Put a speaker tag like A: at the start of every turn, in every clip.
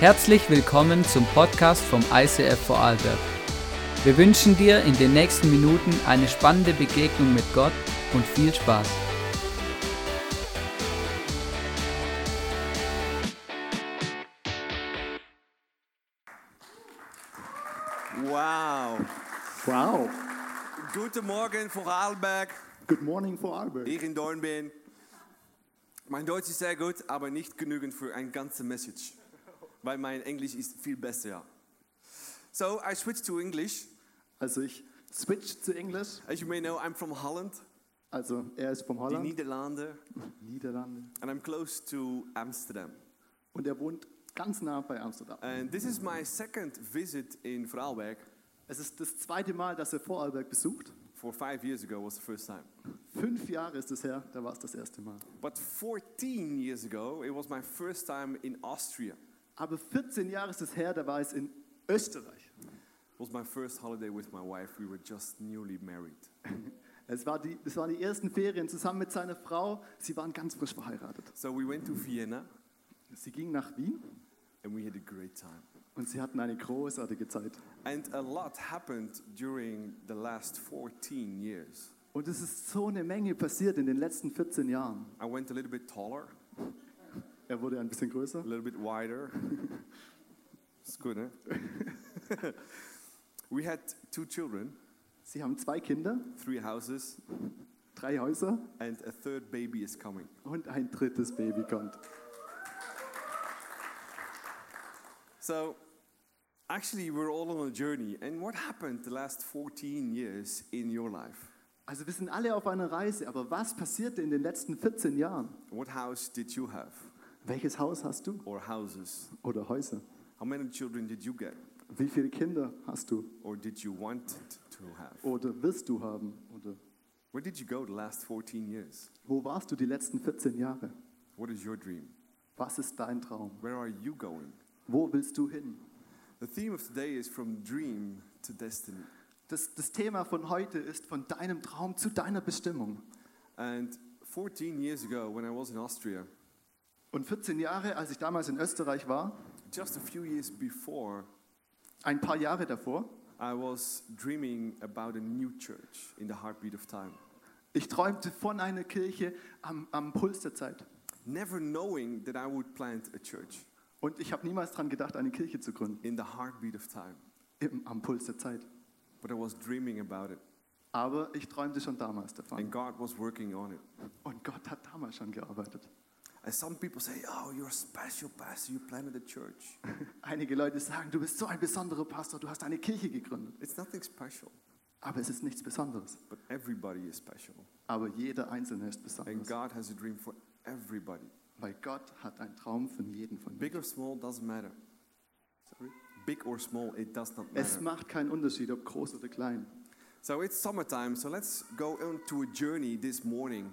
A: Herzlich willkommen zum Podcast vom ICF Vorarlberg. Wir wünschen dir in den nächsten Minuten eine spannende Begegnung mit Gott und viel Spaß.
B: Wow.
C: Wow.
B: Guten Morgen, Vorarlberg,
C: Good morning, Vorarlberg.
B: ich in Dorn bin. Mein Deutsch ist sehr gut, aber nicht genügend für ein ganze Message, weil mein Englisch ist viel besser. So I switched to English.
C: Also ich switch zu Englisch.
B: As you may know, I'm from Holland,
C: Also er ist vom
B: the
C: Holland,
B: Niederlande,
C: Niederlande.
B: and I'm close to Amsterdam.
C: Und er wohnt ganz nah bei Amsterdam.
B: And this is my second visit in Vorarlberg.
C: Es ist das zweite Mal, dass er Vorarlberg besucht.
B: For five years ago was the first time,
C: Fünf Jahre ist es her, da war es das erste Mal.
B: but 14 years ago it was my first time in Austria.
C: Aber 14 Jahre ist es her, da war es in Österreich.
B: It was my first holiday with my wife. We were just newly married.
C: Es war die, das waren die ersten Ferien zusammen mit seiner Frau. Sie waren ganz frisch verheiratet.
B: So we went to Vienna
C: Sie ging nach Wien
B: and we had a great time.
C: und sie hatten eine großartige Zeit.
B: And a lot happened during the last 14 years.
C: Und es ist so eine Menge passiert in den letzten 14 Jahren.
B: I went a little bit taller,
C: Er wurde ein bisschen größer.
B: a little bit wider. it's good, huh? we had two children,
C: Sie haben zwei Kinder,
B: three houses,
C: drei Häuser
B: and a third baby is coming.
C: und ein drittes Baby kommt.
B: So actually, we're all on a journey. And what happened the last 14 years in your life?
C: Also wir sind alle auf einer Reise, aber was passierte in den letzten 14 Jahren?
B: What house did you have?
C: Welches Haus hast du
B: Or houses?
C: oder Häuser?
B: How many children did you get?
C: Wie viele Kinder hast du
B: Or did you want to have?
C: oder wirst du haben? Oder
B: Where did you go the last 14 years?
C: wo warst du die letzten 14 Jahre?
B: What is your dream?
C: Was ist dein Traum?
B: Where are you going?
C: Wo willst du hin?
B: The theme of today is from dream to destiny.
C: Das, das Thema von heute ist von deinem Traum zu deiner Bestimmung.
B: And 14 years ago, when I was in Austria,
C: Und 14 Jahre, als ich damals in Österreich war,
B: just a few years before,
C: ein paar Jahre davor,
B: I was dreaming about a new church in the heartbeat of time,
C: ich träumte von einer Kirche am, am Puls der Zeit.
B: never knowing that I would plant a church
C: Und ich habe niemals daran gedacht, eine Kirche zu gründen,
B: in the heartbeat of time.
C: im, am Puls der Zeit.
B: But I was dreaming about it,
C: Aber ich träumte schon damals
B: and
C: davon.
B: God was working on it.
C: Und Gott hat damals schon gearbeitet.
B: And some people say, Oh, you're a special pastor, you planted a church.
C: Einige Leute sagen, du bist so ein besonderer Pastor, du hast eine Kirche gegründet.
B: It's nothing special,
C: Aber es ist nichts Besonderes.
B: but everybody is special.
C: Aber jeder Einzelne ist
B: And
C: besonders.
B: God has a dream for everybody.
C: Weil Gott hat einen Traum von jedem von uns.
B: Big or small doesn't matter. Sorry? Big or small, it does not
C: Es
B: matter.
C: macht keinen Unterschied, ob groß oder klein.
B: So it's summertime, so let's go on to a journey this morning.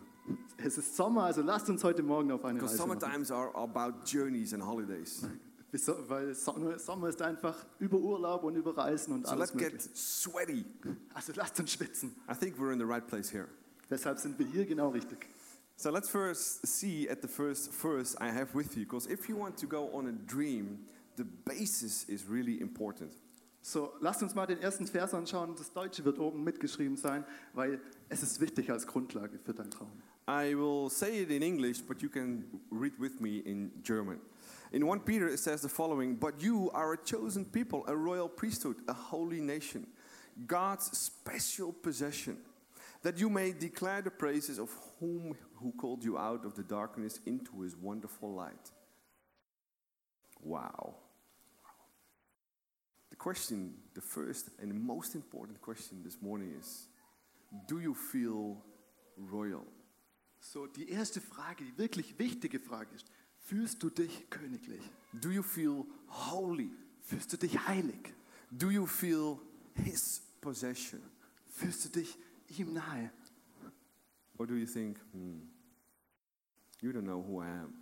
C: Es ist Sommer, also lasst uns heute Morgen auf eine
B: Because
C: Reise machen.
B: summertimes are about journeys and holidays.
C: Wieso? Weil Sonne- Sommer ist einfach über Urlaub und über Reisen und
B: So let's
C: alles
B: get
C: mögliche.
B: sweaty.
C: Also lasst uns schwitzen.
B: I think we're in the right place here.
C: Deshalb sind wir hier genau richtig.
B: So let's first see at the first verse I have with you, because if you want to go on a dream, the basis is really important.
C: So, lasst uns mal den ersten Vers anschauen. Das Deutsche wird oben mitgeschrieben sein, weil es ist wichtig als Grundlage für deinen Traum.
B: I will say it in English, but you can read with me in German. In 1 Peter, it says the following But you are a chosen people, a royal priesthood, a holy nation, God's special possession, that you may declare the praises of whom who called you out of the darkness into his wonderful light. Wow. The question, the first and most important question this morning is Do you feel royal?
C: So, die erste Frage, die wirklich wichtige Frage ist: Fühlst du dich königlich?
B: Do you feel holy?
C: Fühlst du dich heilig?
B: Do you feel His possession?
C: Fühlst du dich ihm nahe?
B: Or do you think, hmm, you don't know who I am?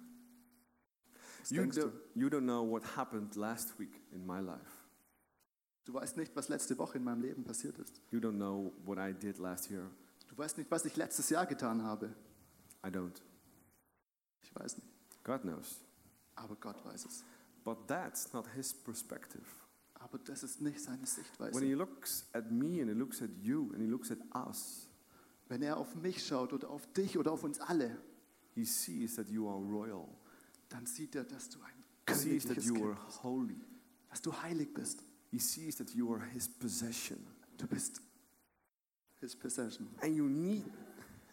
C: Was
B: You,
C: denkst
B: do,
C: du?
B: you don't know what happened last week in my life.
C: Du weißt nicht, was letzte Woche in meinem Leben passiert ist.
B: You don't know what I did last year.
C: Du weißt nicht, was ich letztes Jahr getan habe.
B: I don't.
C: Ich weiß nicht.
B: God knows.
C: Aber Gott weiß es.
B: But that's not his perspective.
C: Aber das ist nicht seine Sichtweise.
B: When he looks at me and he looks at you and he looks at us,
C: Wenn er auf mich schaut oder auf dich oder auf uns alle,
B: he sees that you are royal.
C: dann sieht er, dass du ein
B: He sees that
C: königliches
B: you are
C: Kind,
B: holy.
C: dass du heilig bist.
B: He sees that you are his possession.
C: Du bist his possession.
B: And you need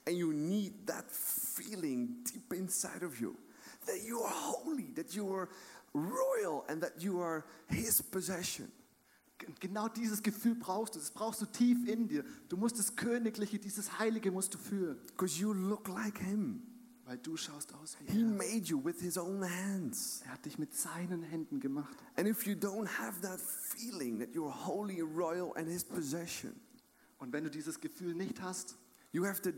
B: and you need that feeling deep inside of you that you are holy, that you are royal and that you are his possession.
C: G- Genau dieses Gefühl brauchst du. Das brauchst du tief in dir. Du musst das Königliche, dieses Heilige musst du fühlen,
B: Because you look like him.
C: weil du schaust aus wie
B: He
C: er.
B: made you with his own hands.
C: Er hat dich mit seinen Händen gemacht.
B: And if you don't have that feeling that you're holy, royal, and his possession,
C: Und wenn du dieses Gefühl nicht hast,
B: you have the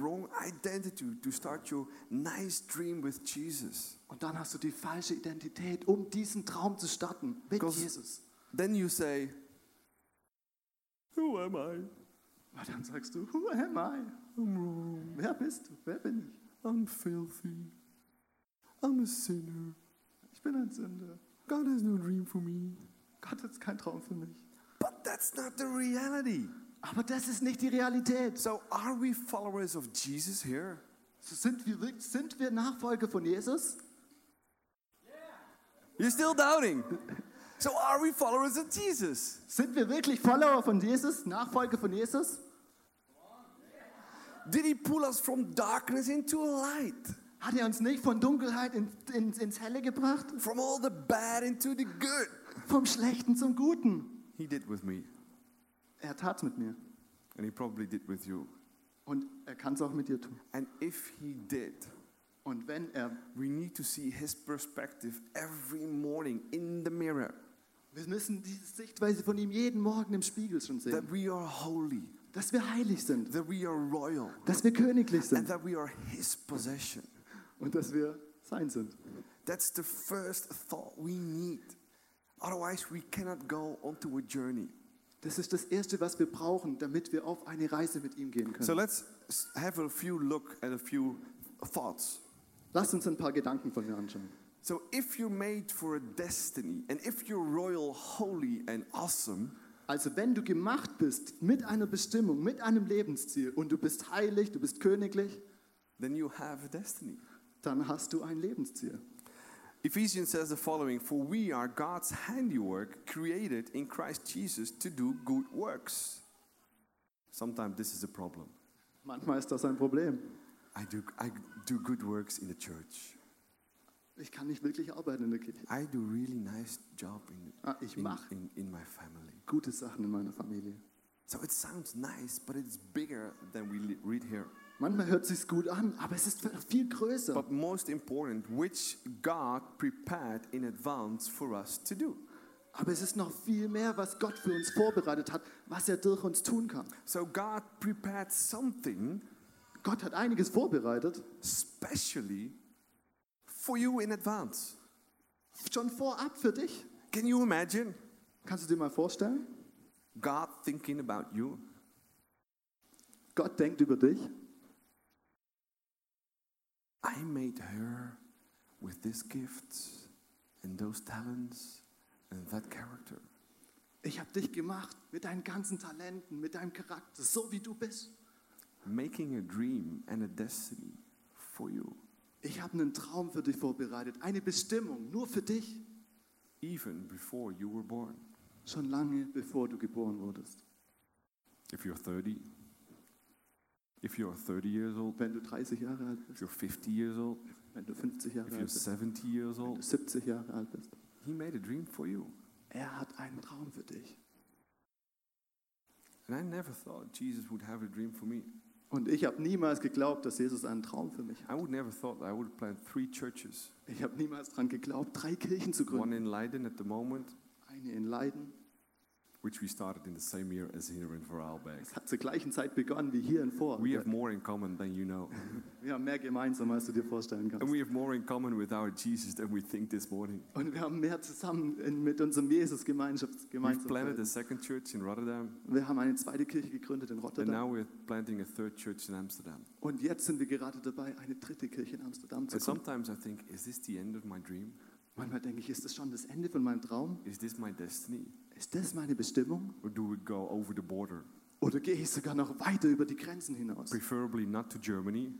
B: wrong identity to start your nice dream with Jesus.
C: und dann hast du die falsche Identität, um diesen Traum zu starten mit
B: Because-
C: Jesus.
B: Then you say, Who am I?
C: Und dann sagst du, who am I?
B: I'm wrong.
C: Wer bist du? Wer bin ich?
B: I'm filthy. I'm a sinner.
C: Ich bin ein Sünder.
B: God has no dream for me.
C: Gott hat keinen Traum für mich.
B: But that's not the reality.
C: Aber das ist nicht die Realität.
B: So, are we followers of Jesus here?
C: So sind, wir, wirklich- sind wir Nachfolger von Jesus?
B: You're still doubting. So, are we followers of Jesus?
C: Sind wir wirklich Follower von Jesus? Nachfolger von Jesus?
B: Did he pull us from darkness into light?
C: Hat er uns nicht von Dunkelheit in, in, ins Helle gebracht?
B: From all the bad into the good?
C: Vom Schlechten zum Guten?
B: He did with me,
C: Er tat's mit mir.
B: and he probably did with you.
C: Und er kann's auch mit dir tun.
B: And if he did,
C: Und wenn er,
B: we need to see his perspective every morning in the mirror
C: wir müssen diese Sichtweise von ihm jeden Morgen im Spiegel schon
B: that
C: sehen.
B: we are holy,
C: Dass wir heilig sind.
B: that we are royal,
C: Dass wir königlich
B: and
C: sind.
B: that we are his possession.
C: Und dass wir sein sind.
B: That's the first thought we need. Otherwise, we cannot go onto a journey.
C: Das ist das Erste, was wir brauchen, damit wir auf eine Reise mit ihm gehen können.
B: So let's s- have a few look at a few thoughts.
C: Lasst uns ein paar Gedanken von mir anschauen.
B: So if you're made for a destiny, and if you're royal, holy, and awesome,
C: Also wenn du gemacht bist mit einer Bestimmung, mit einem Lebensziel und du bist heilig, du bist königlich,
B: then you have a destiny.
C: dann hast du ein Lebensziel.
B: Ephesians says the following For we are God's handiwork, created in Christ Jesus to do good works. Sometimes this is a problem.
C: Manchmal ist das ein Problem.
B: I do, I do good works in the church.
C: Ich kann nicht wirklich arbeiten in der Kirche.
B: I do really nice job in,
C: Ah, ich
B: in,
C: mach.
B: in, in my family.
C: Gute Sachen in meiner Familie.
B: So it sounds nice, but it's bigger than we li- read here.
C: Manchmal hört sich's gut an, aber es ist viel größer.
B: But most important, which God prepared in advance for us to do.
C: Aber es ist noch viel mehr, was Gott für uns vorbereitet hat, was er durch uns tun kann.
B: So God prepared something
C: Gott hat einiges vorbereitet,
B: specially for you in advance.
C: schon vorab für dich.
B: Can you imagine
C: Kannst du dir mal vorstellen?
B: God thinking about you?
C: Gott denkt über dich.
B: I made her with this gift and those talents and that character.
C: Ich habe dich gemacht mit deinen ganzen Talenten, mit deinem Charakter, so wie du bist.
B: Making a dream and a destiny for you,
C: Ich habe einen Traum für dich vorbereitet, eine Bestimmung nur für dich,
B: even before you were born.
C: schon lange bevor du geboren wurdest.
B: If you're 30, if you're 30 years old,
C: Wenn du 30 Jahre alt
B: If
C: bist,
B: you're 50 years old,
C: wenn du 50 Jahre
B: if you're
C: alt bist,
B: 70 years
C: wenn du
B: old,
C: 70 Jahre alt bist.
B: he made a dream for you.
C: Er hat einen Traum für dich.
B: And I never thought Jesus would have a dream for me.
C: Und ich habe niemals geglaubt, dass Jesus einen Traum für mich
B: I
C: hat.
B: would never thought I would plant three churches,
C: Ich habe niemals daran geglaubt, drei Kirchen zu
B: one
C: gründen.
B: in Leiden at the moment,
C: Eine in Leiden.
B: which we started in the same year as here in Vorarlberg.
C: Es hat zur gleichen Zeit begonnen wie hier in
B: We have
C: Vorarlberg.
B: more in common than you know,
C: Wir haben mehr gemeinsam, als du dir vorstellen kannst.
B: and we have more in common with our Jesus than we think this morning.
C: Und wir haben mehr zusammen in, mit unserem Jesus Gemeinschaft
B: We've
C: gemeinsam.
B: planted a second church in Rotterdam,
C: Wir haben eine zweite Kirche gegründet in
B: and
C: Rotterdam.
B: now we're planting a third church in Amsterdam.
C: Und jetzt sind wir gerade dabei, eine dritte Kirche in Amsterdam zu
B: And
C: gründen.
B: sometimes I think, is this the end of my dream?
C: Manchmal denke ich, ist das schon das Ende von meinem Traum?
B: Is this my destiny?
C: Ist das meine Bestimmung?
B: Or do we go over the border?
C: Oder gehe ich sogar noch weiter über die Grenzen hinaus?
B: Preferably not to Germany,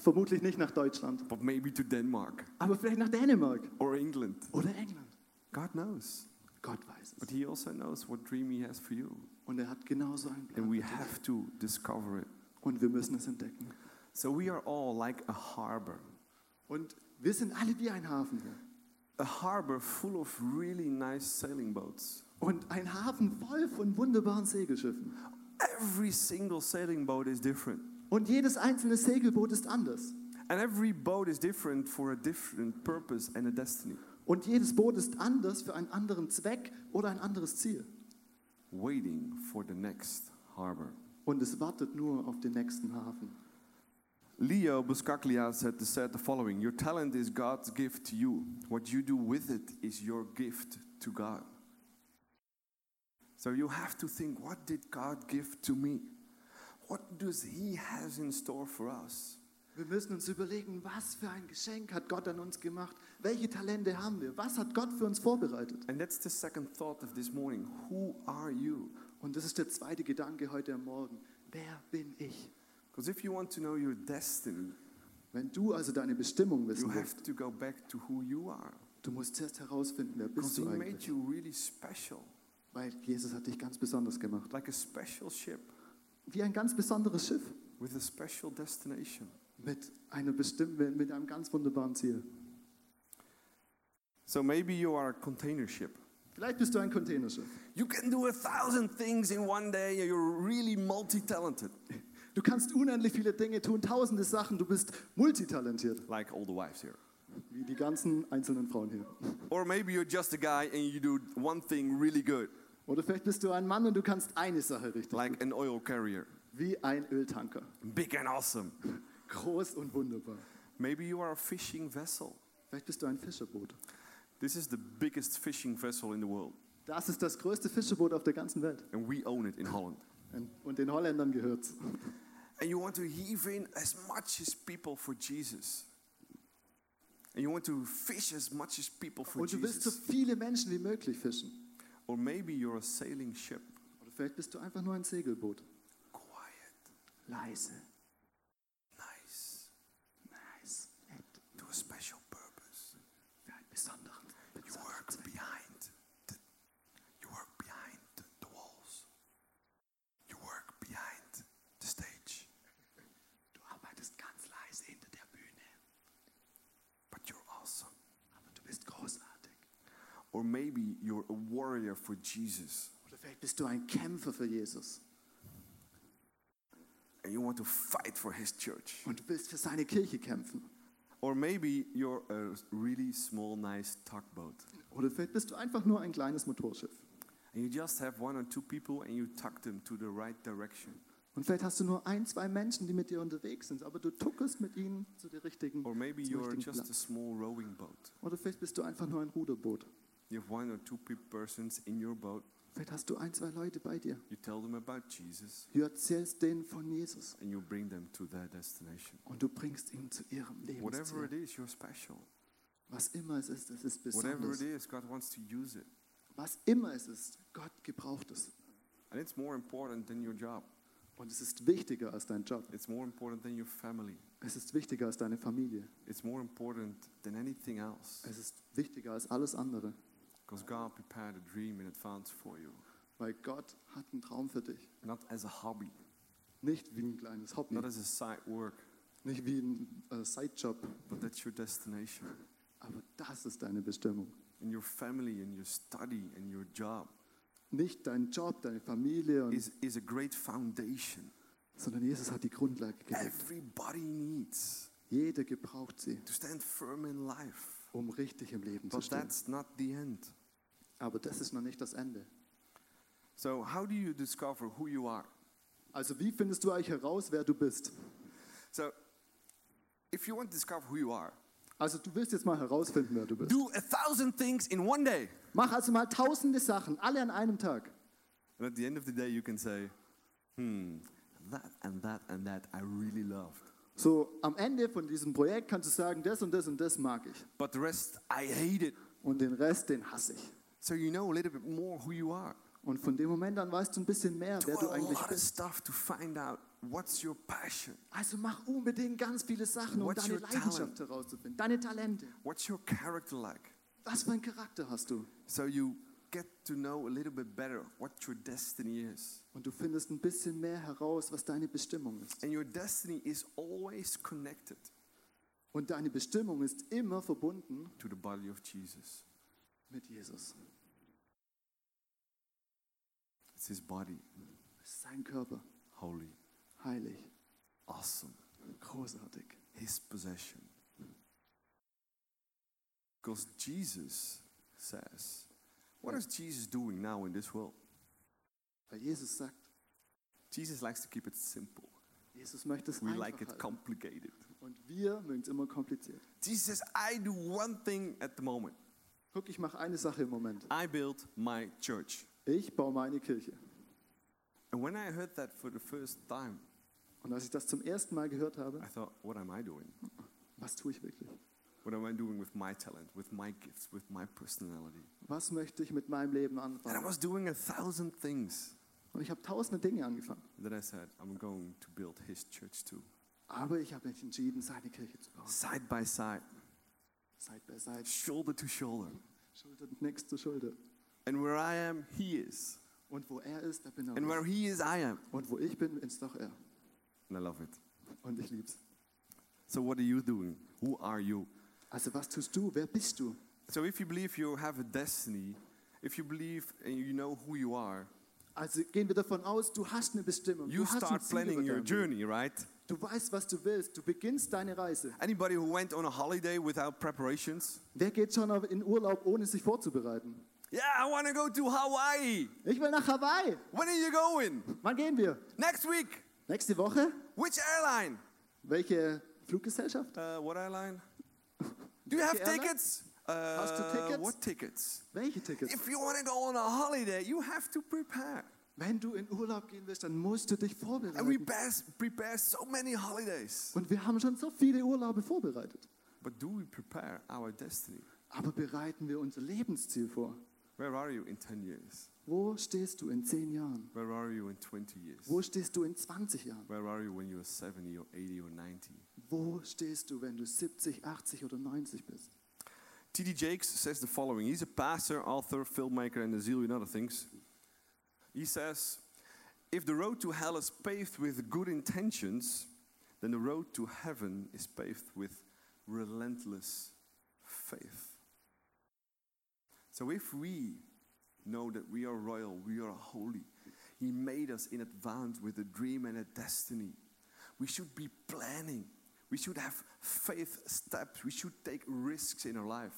C: Vermutlich nicht nach Deutschland,
B: but maybe to Denmark
C: aber vielleicht nach Dänemark
B: or England.
C: oder England.
B: God knows.
C: Gott weiß
B: But
C: es.
B: He also knows what dream He has for you.
C: Und er hat genauso einen Plan.
B: And we
C: für dich.
B: have to discover it.
C: Und wir müssen es entdecken.
B: So we are all like a harbor.
C: Und wir sind alle wie ein Hafen hier.
B: A harbor full of really nice sailing boats.
C: Und ein Hafen voll von wunderbaren Segelschiffen.
B: Every single sailing boat is different.
C: Und jedes einzelne Segelboot ist anders.
B: And every boat is different for a different purpose and a destiny.
C: Und jedes Boot ist anders für einen anderen Zweck oder ein anderes Ziel.
B: Waiting for the next harbor.
C: Und es wartet nur auf den nächsten Hafen.
B: Leo Buscaglia said, said the following Your talent is God's gift to you. What you do with it is your gift to God. So you have to think what did God give to me? What does He has in store for us?
C: Wir müssen uns überlegen, was für ein Geschenk hat Gott an uns gemacht? Welche Talente haben wir? Was hat Gott für uns vorbereitet?
B: And that's the second thought of this morning. Who are you?
C: Und das ist der zweite Gedanke heute am Morgen. Wer bin ich?
B: Because if you want to know your destiny,
C: Wenn du also deine Bestimmung
B: you
C: wissen willst,
B: have to go back to who you are.
C: du musst zuerst herausfinden, wer
B: Because
C: bist
B: He
C: du
B: made
C: eigentlich?
B: you really special,
C: Weil Jesus hat dich ganz besonders gemacht.
B: like a special ship
C: Wie ein ganz besonderes Schiff
B: with a special destination.
C: mit, einer bestimmten, mit einem ganz wunderbaren Ziel.
B: So maybe you are a container ship.
C: Vielleicht bist du ein Containerschiff.
B: You can do a thousand things in one day. and You're really multi talented,
C: Du kannst unendlich viele Dinge tun, tausende Sachen. Du bist multitalentiert,
B: like all the wives here.
C: wie die ganzen einzelnen Frauen hier.
B: Or maybe you're just a guy and you do one thing really good,
C: Oder vielleicht bist du ein Mann und du kannst eine Sache richtig.
B: like an oil carrier.
C: Wie ein Öltanker.
B: Big and awesome.
C: Groß und wunderbar.
B: Maybe you are a fishing vessel.
C: Vielleicht bist du ein Fischerboot.
B: This is the biggest fishing vessel in the world,
C: Das ist das größte Fischerboot auf der ganzen Welt.
B: and we own it in Holland.
C: Und- Und den Holländern gehört's.
B: And you want to heave in as much as people for Jesus. And you want to fish as much as people for
C: Und du willst so
B: Jesus.
C: viele Menschen wie möglich fischen.
B: Or maybe you're a sailing ship.
C: Oder vielleicht bist du einfach nur ein Segelboot.
B: Quiet,
C: Leise.
B: nice,
C: Nice. Nett.
B: to a special purpose.
C: Für einen besonderen.
B: You work behind the, you work behind the, the walls. You work behind the stage,
C: Du arbeitest ganz leise hinter der Bühne.
B: but you're awesome.
C: Aber du bist großartig.
B: Or maybe you're a warrior for Jesus
C: Oder vielleicht bist du ein Kämpfer für Jesus.
B: and you want to fight for his church.
C: Und du willst für seine Kirche kämpfen.
B: Or maybe you're a really small, nice tugboat
C: Oder vielleicht bist du einfach nur ein kleines Motorschiff.
B: and you just have one or two people and you tuck them to the right direction.
C: Und vielleicht hast du nur ein, zwei Menschen, die mit dir unterwegs sind, aber du tuckerst mit ihnen zu der richtigen,
B: Or maybe
C: zum
B: you're
C: richtigen
B: just a
C: Platz.
B: small rowing boat.
C: Oder vielleicht bist du einfach nur ein Ruderboot.
B: You have one or two pe- persons in your boat.
C: Vielleicht hast du ein, zwei Leute bei dir.
B: You tell them about Jesus
C: Du erzählst denen von Jesus
B: and you bring them to their destination.
C: und du bringst ihn zu ihrem
B: Whatever it
C: Lebensziel.
B: is, you're special.
C: Was immer es ist, es ist
B: Whatever it
C: besonders.
B: is, God wants to use it.
C: Was immer es ist, Gott gebraucht es.
B: And it's more important than your job.
C: Und es ist wichtiger als dein Job.
B: It's more important than your family.
C: Es ist wichtiger als deine Familie.
B: It's more important than anything else.
C: Es ist wichtiger als alles andere.
B: Because God prepared a dream in advance for you.
C: Weil Gott hat einen Traum für dich.
B: Not as a hobby,
C: Nicht wie ein kleines Hobby,
B: not as a side work,
C: nicht wie ein äh, Sidejob,
B: but that's your destination.
C: aber das ist deine Bestimmung.
B: And your family and your study and your job
C: Nicht dein Job, deine Familie, und,
B: is, is a great foundation.
C: sondern Jesus hat die Grundlage gelegt.
B: Everybody needs
C: Jeder gebraucht sie,
B: to stand firm in life.
C: um richtig im Leben zu
B: But
C: stehen.
B: that's not the end.
C: Aber das ist noch nicht das Ende.
B: So, how do you discover who you are?
C: Also wie findest du eigentlich heraus, wer du bist?
B: So, if you want to discover who you are,
C: Also du willst jetzt mal herausfinden, wer du bist.
B: do a thousand things in one day.
C: Mach also mal tausende Sachen, alle an einem Tag.
B: And at the end of the day, you can say, hmm, that and that and that I really loved.
C: So, am Ende von diesem Projekt kannst du sagen, das und das und das mag ich.
B: but the rest I hated.
C: Und den Rest, den hasse ich.
B: So you know a little bit more who you are.
C: Und von dem Moment an weißt du ein bisschen mehr,
B: Do
C: wer du
B: a
C: eigentlich
B: lot of
C: bist.
B: stuff to find out what's your passion,
C: Also mach unbedingt ganz viele Sachen, um
B: What's
C: deine
B: your
C: Leidenschaft
B: talent?
C: herauszufinden, deine Talente.
B: what's your character like.
C: Was für einen Charakter hast du?
B: So you get to know a little bit better what your destiny is.
C: Und du findest ein bisschen mehr heraus, was deine Bestimmung ist.
B: And your destiny is always connected
C: Und deine Bestimmung ist immer verbunden
B: to the body of Jesus.
C: mit Jesus.
B: It's his body,
C: Es ist sein Körper,
B: holy,
C: heilig,
B: awesome,
C: großartig.
B: his possession. Because Jesus says, what is Jesus doing now in this world?
C: Weil Jesus sagt,
B: Jesus likes to keep it simple.
C: Jesus möchte es
B: We
C: einfach
B: like it
C: halten.
B: complicated.
C: Und wir mögen es immer kompliziert.
B: Jesus says, I do one thing at the moment.
C: Guck, ich mache eine Sache im Moment.
B: I build my church.
C: Ich baue meine Kirche.
B: And when I heard that for the first time,
C: Und als ich das zum ersten Mal gehört habe,
B: I thought, what am I doing?
C: was tue ich wirklich?
B: What am I doing with my talent, with my gifts, with my personality?
C: Was möchte ich mit meinem Leben
B: And I
C: anfangen?
B: was doing a thousand things
C: Und ich habe tausende Dinge angefangen.
B: that I said, I'm going to build his church too.
C: Aber ich habe mich entschieden, seine Kirche zu bauen.
B: Side by side,
C: Side by side,
B: shoulder to shoulder.
C: Schulter next zu Schulter.
B: And where I am, he is.
C: Und wo er ist, da bin auch
B: And
C: ich.
B: where he is, I am.
C: Und wo ich bin, ist doch er.
B: And I love it.
C: Und ich lieb's.
B: So, what are you doing? Who are you?
C: Also was tust du? Wer bist du?
B: So, if you believe you have a destiny, if you believe and you know who you are,
C: Also gehen wir davon aus, du hast eine Bestimmung.
B: you
C: Du hast ein
B: start
C: Ziel über
B: planning your
C: deinem Leben.
B: journey, right?
C: Du weißt, was du willst. Du beginnst deine Reise.
B: Anybody who went on a holiday without preparations?
C: Wer geht schon auf- in Urlaub, ohne sich vorzubereiten?
B: Yeah, I want to go to Hawaii.
C: Ich will nach Hawaii.
B: When are you going?
C: Wann gehen wir?
B: Next week.
C: Nächste Woche?
B: Which airline?
C: Welche Fluggesellschaft?
B: Uh, what airline? Do you have
C: airline?
B: tickets?
C: Hast du
B: Uh,
C: tickets?
B: What tickets?
C: Welche Tickets?
B: If you want to go on a holiday, you have to prepare.
C: Wenn du in Urlaub gehen willst, dann musst du dich
B: And we
C: vorbereiten.
B: pass, prepare so many holidays.
C: Und wir haben schon so viele Urlaube vorbereitet.
B: But do we prepare our destiny?
C: Aber bereiten wir unser Lebensziel vor.
B: Where are you in 10 years?
C: Wo stehst du in 10 Jahren?
B: Where are you in 20 years?
C: Wo stehst du in 20 Jahren?
B: Where are you when you are 70 or 80 or 90?
C: Wo stehst du, wenn du 70, 80 oder 90 bist?
B: T.D. Jakes says the following. He's a pastor, author, filmmaker, and a zillion other things. He says, If the road to hell is paved with good intentions, then the road to heaven is paved with relentless faith. So if we know that we are royal, we are holy, He made us in advance with a dream and a destiny. We should be planning. We should have faith steps. We should take risks in our life.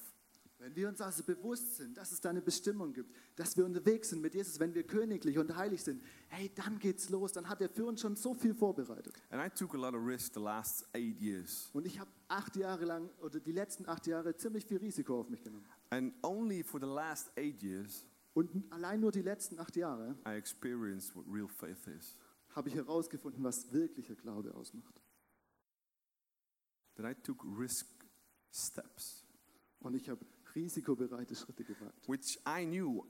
C: Wenn wir uns also bewusst sind, dass es da eine Bestimmung gibt, dass wir unterwegs sind mit Jesus, wenn wir königlich und heilig sind, hey, dann geht's los. Dann hat er für uns schon so viel vorbereitet.
B: And I took a lot of risks the last eight years.
C: Und ich habe acht Jahre lang oder die letzten acht Jahre ziemlich viel Risiko auf mich genommen.
B: And only for the last eight years,
C: Und allein nur die letzten acht Jahre
B: I experienced what real faith is.
C: habe ich herausgefunden, was wirklicher Glaube ausmacht.
B: That I took risk steps,
C: Und ich habe risikobereite Schritte gewagt.
B: which I knew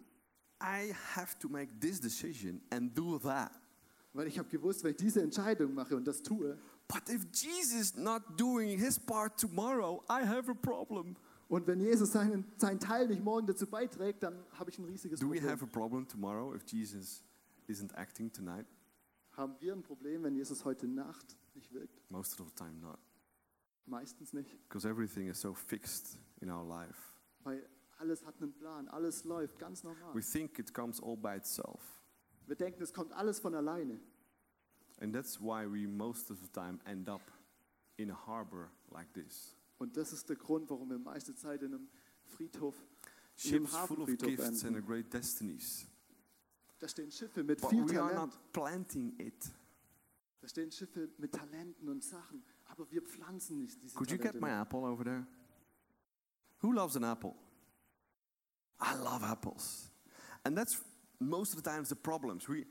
B: I have to make this decision and do that.
C: Weil ich habe gewusst, wenn ich diese Entscheidung mache und das tue,
B: But if Jesus not doing his part tomorrow, I have a problem.
C: und wenn Jesus seinen, seinen Teil nicht morgen dazu beiträgt, dann habe ich ein riesiges
B: Do we
C: Problem.
B: have a problem tomorrow if Jesus isn't acting tonight?
C: Haben wir ein Problem, wenn Jesus heute Nacht nicht wirkt?
B: Most of the time, not.
C: Meistens nicht,
B: Because everything is so fixed in our life.
C: weil alles hat einen Plan, alles läuft ganz normal.
B: We think it comes all by itself.
C: Wir denken, es kommt alles von alleine.
B: And that's why we most of the time end up in a harbor like this.
C: Und das ist der Grund, warum wir meiste Zeit in einem Friedhof, in einem
B: Ships full of
C: Hafenfriedhof
B: gifts and a
C: enden.
B: great destinies.
C: Da stehen Schiffe mit
B: But
C: viel
B: we are
C: Talent.
B: not planting it.
C: Da stehen Schiffe mit Talenten und Sachen, aber wir pflanzen nicht diese
B: Could you get
C: Talente.
B: my apple over there? Who loves an apple? I love apples. And that's most of the times the problems. We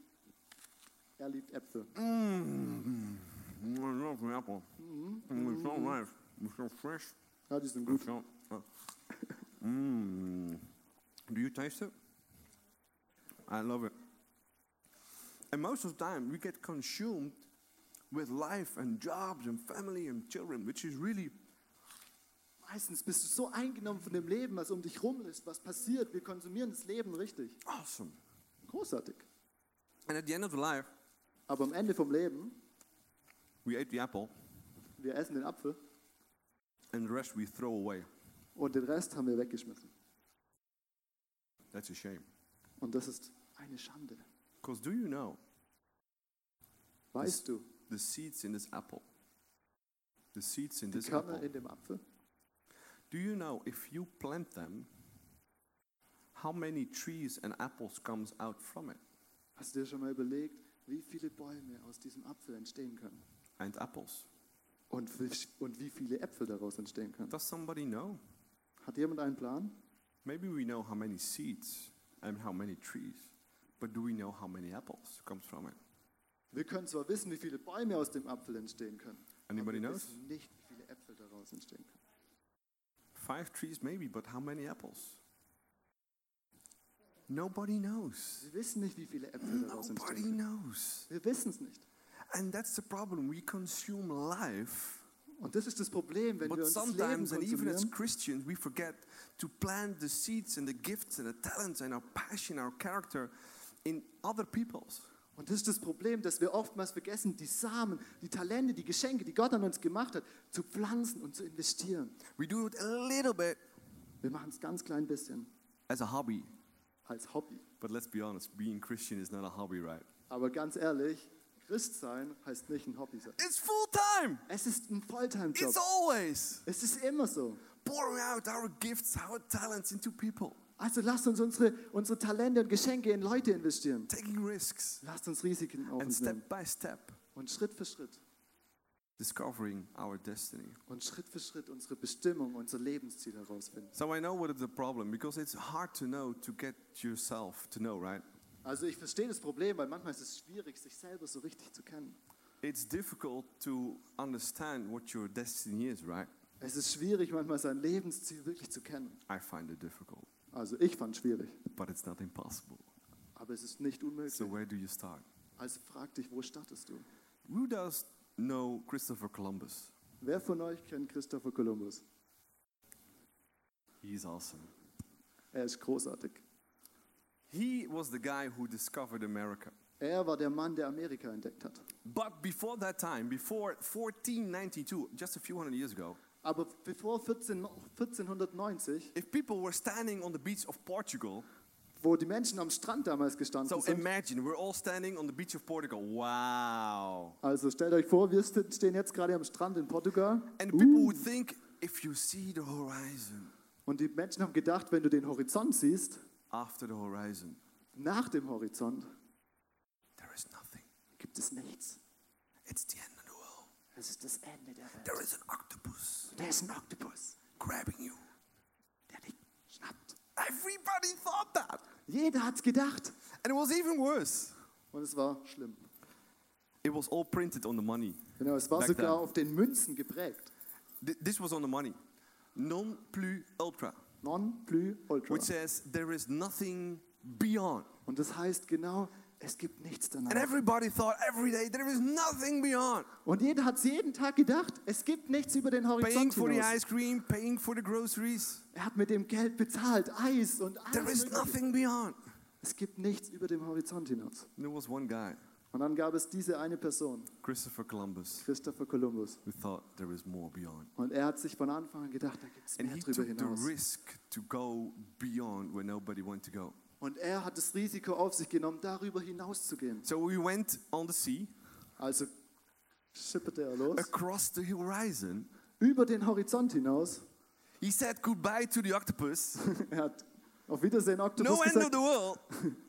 C: er liebt Äpfel.
B: Mm. I love the apple. Mm-hmm.
C: Mm-hmm.
B: It's so nice. It's so fresh.
C: Ja, die sind
B: It's
C: gut.
B: so. uh, mm. Do you taste it? I love it. And most of the time, we get consumed with life and jobs and family and children, which is really
C: Meistens bist du so eingenommen von dem Leben, was um dich rum ist, was passiert. Wir konsumieren das Leben richtig.
B: awesome.
C: Großartig.
B: And at the end of the life,
C: Aber am Ende vom Leben,
B: we ate the apple,
C: wir essen den Apfel
B: and the rest we throw away.
C: und den Rest haben wir weggeschmissen.
B: That's a shame.
C: Und das ist eine Schande.
B: Because do you know
C: Weißt du,
B: the seeds in this apple? The seeds in
C: die
B: this apple.
C: Körner in dem Apfel?
B: Do you know if you plant them, how many trees and apples comes out from it?
C: Hast du dir schon mal überlegt, wie viele Bäume aus diesem Apfel entstehen können?
B: And apples.
C: Und wie, und wie viele Äpfel daraus entstehen können?
B: Does somebody know?
C: Hat jemand einen Plan?
B: Maybe we know how many seeds and how many trees, but do we know how many apples comes from it?
C: Wir können zwar wissen, wie viele Bäume aus dem Apfel entstehen können.
B: Anybody
C: aber wir
B: knows?
C: wissen nicht, wie viele Äpfel daraus entstehen können.
B: Five trees maybe, but how many apples? Nobody knows.
C: Wir wissen nicht, wie viele Äpfel daraus
B: Nobody
C: entstehen können.
B: knows.
C: Wir wissen es nicht.
B: And that's the problem. We consume life
C: Und das ist das Problem, wenn wir
B: But
C: uns das Leben
B: sometimes, and even as
C: konsumieren.
B: Christians, we forget to plant the seeds and the gifts and the talents and our passion, our character in other people's.
C: Und das ist das Problem, dass wir oftmals vergessen, die Samen, die Talente, die Geschenke, die Gott an uns gemacht hat, zu pflanzen und zu investieren.
B: We do it a little bit
C: Wir machen es ganz klein bisschen
B: as a hobby.
C: als Hobby.
B: But let's be honest, being Christian is not a hobby, right?
C: Aber ganz ehrlich, Christ sein heißt nicht ein Hobby sein.
B: It's full time.
C: Es ist ein Volltime-Job.
B: It's always
C: Es ist immer so.
B: pouring out our gifts, our talents into people,
C: Also lasst uns unsere, unsere Talente und Geschenke in Leute investieren.
B: taking risks,
C: Lasst uns Risiken auf
B: and
C: uns nehmen.
B: step by step
C: Und Schritt für Schritt
B: discovering our destiny.
C: und Schritt für Schritt unsere Bestimmung, unser Lebensziel herausfinden.
B: So I know what is the problem because it's hard to know to get yourself to know, right?
C: Also ich verstehe das Problem, weil manchmal ist es schwierig, sich selber so richtig zu kennen.
B: It's difficult to understand what your destiny is, right?
C: Es ist schwierig, manchmal sein Lebensziel wirklich zu kennen.
B: I find it difficult,
C: Also ich fand es schwierig,
B: but it's not impossible.
C: aber es ist nicht unmöglich.
B: So where do you start?
C: Also frag dich, wo startest du?
B: Who does know Christopher Columbus?
C: Wer von euch kennt Christopher Columbus?
B: He's awesome.
C: Er ist großartig.
B: He was the guy who discovered America.
C: Er war der Mann, der Amerika entdeckt hat.
B: But before that time, before 1492, just a few hundred years ago,
C: Aber bevor 14, 1490,
B: if people were standing on the beach of Portugal,
C: wo die Menschen am Strand damals gestanden
B: so
C: sind,
B: imagine we're all standing on the beach of Portugal. Wow.
C: also stellt euch vor, wir st- stehen jetzt gerade am Strand in Portugal
B: And
C: Uh.
B: people would think if you see the horizon,
C: und die Menschen haben gedacht, wenn du den Horizont siehst,
B: after the horizon,
C: nach dem Horizont
B: There is nothing.
C: gibt es nichts.
B: It's the end of the world.
C: Es ist das Ende der Welt.
B: There is an octopus
C: Da ist ein Oktopus,
B: grabbing you.
C: der dich schnappt.
B: Everybody thought that.
C: Jeder hat's gedacht.
B: And it was even worse.
C: Und es war schlimm.
B: It was all printed on the money.
C: Genau, es war
B: Back
C: sogar
B: then.
C: auf den Münzen geprägt.
B: Th- this was on the money. Non plus ultra,
C: Non plus ultra.
B: which says there is nothing beyond.
C: Und das heißt genau, es gibt nichts
B: And
C: danach.
B: everybody thought every day there is nothing beyond.
C: Und jeder hat jeden Tag gedacht, es gibt nichts über den
B: Paying
C: Horizont
B: for the
C: hinaus.
B: ice cream, paying for the groceries.
C: Er hat mit dem Geld bezahlt, Eis und
B: There
C: alles.
B: is
C: Mögliche.
B: nothing beyond.
C: Es gibt nichts über dem Horizont hinaus.
B: And there was one guy,
C: Und dann gab es diese eine Person,
B: Christopher Columbus,
C: Christopher Columbus.
B: who thought there is more beyond.
C: Und er hat sich von Anfang an gedacht, da gibt es
B: And
C: mehr
B: he
C: drüber
B: took the
C: hinaus.
B: risk to go beyond where nobody wanted to go.
C: Und er hat das Risiko auf sich genommen, darüber hinauszugehen.
B: So we went on the sea,
C: Also schipperte er los.
B: across the horizon.
C: Über den Horizont hinaus.
B: He said goodbye to the octopus.
C: Er hat auf Wiedersehen Oktopus
B: no end of
C: gesagt.
B: the world.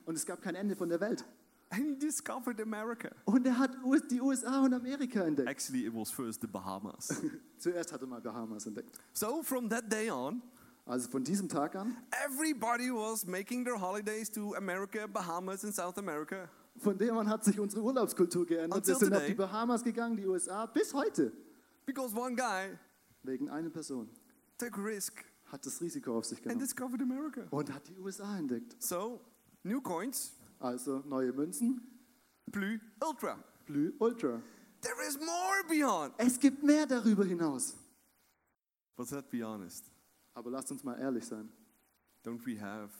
C: Und es gab kein Ende von der Welt.
B: And he discovered America.
C: Und er hat U- die USA und Amerika entdeckt.
B: Actually, it was first the Bahamas.
C: Zuerst hat er mal Bahamas entdeckt.
B: so from that day on,
C: Also von diesem Tag an
B: everybody was making their holidays to America, Bahamas, and South America.
C: Von dem an hat sich unsere Urlaubskultur geändert. Wir
B: Until
C: sind auf
B: today.
C: die Bahamas gegangen, die USA, bis heute.
B: Because one guy
C: Wegen einer Person
B: took a risk
C: hat das Risiko auf sich
B: and
C: genommen
B: discovered America.
C: und hat die USA entdeckt.
B: So, new coins,
C: Also neue Münzen,
B: plus ultra.
C: Blue Ultra.
B: There is more beyond.
C: Es gibt mehr darüber hinaus.
B: But let's be honest.
C: Aber lasst uns mal ehrlich sein.
B: Don't we have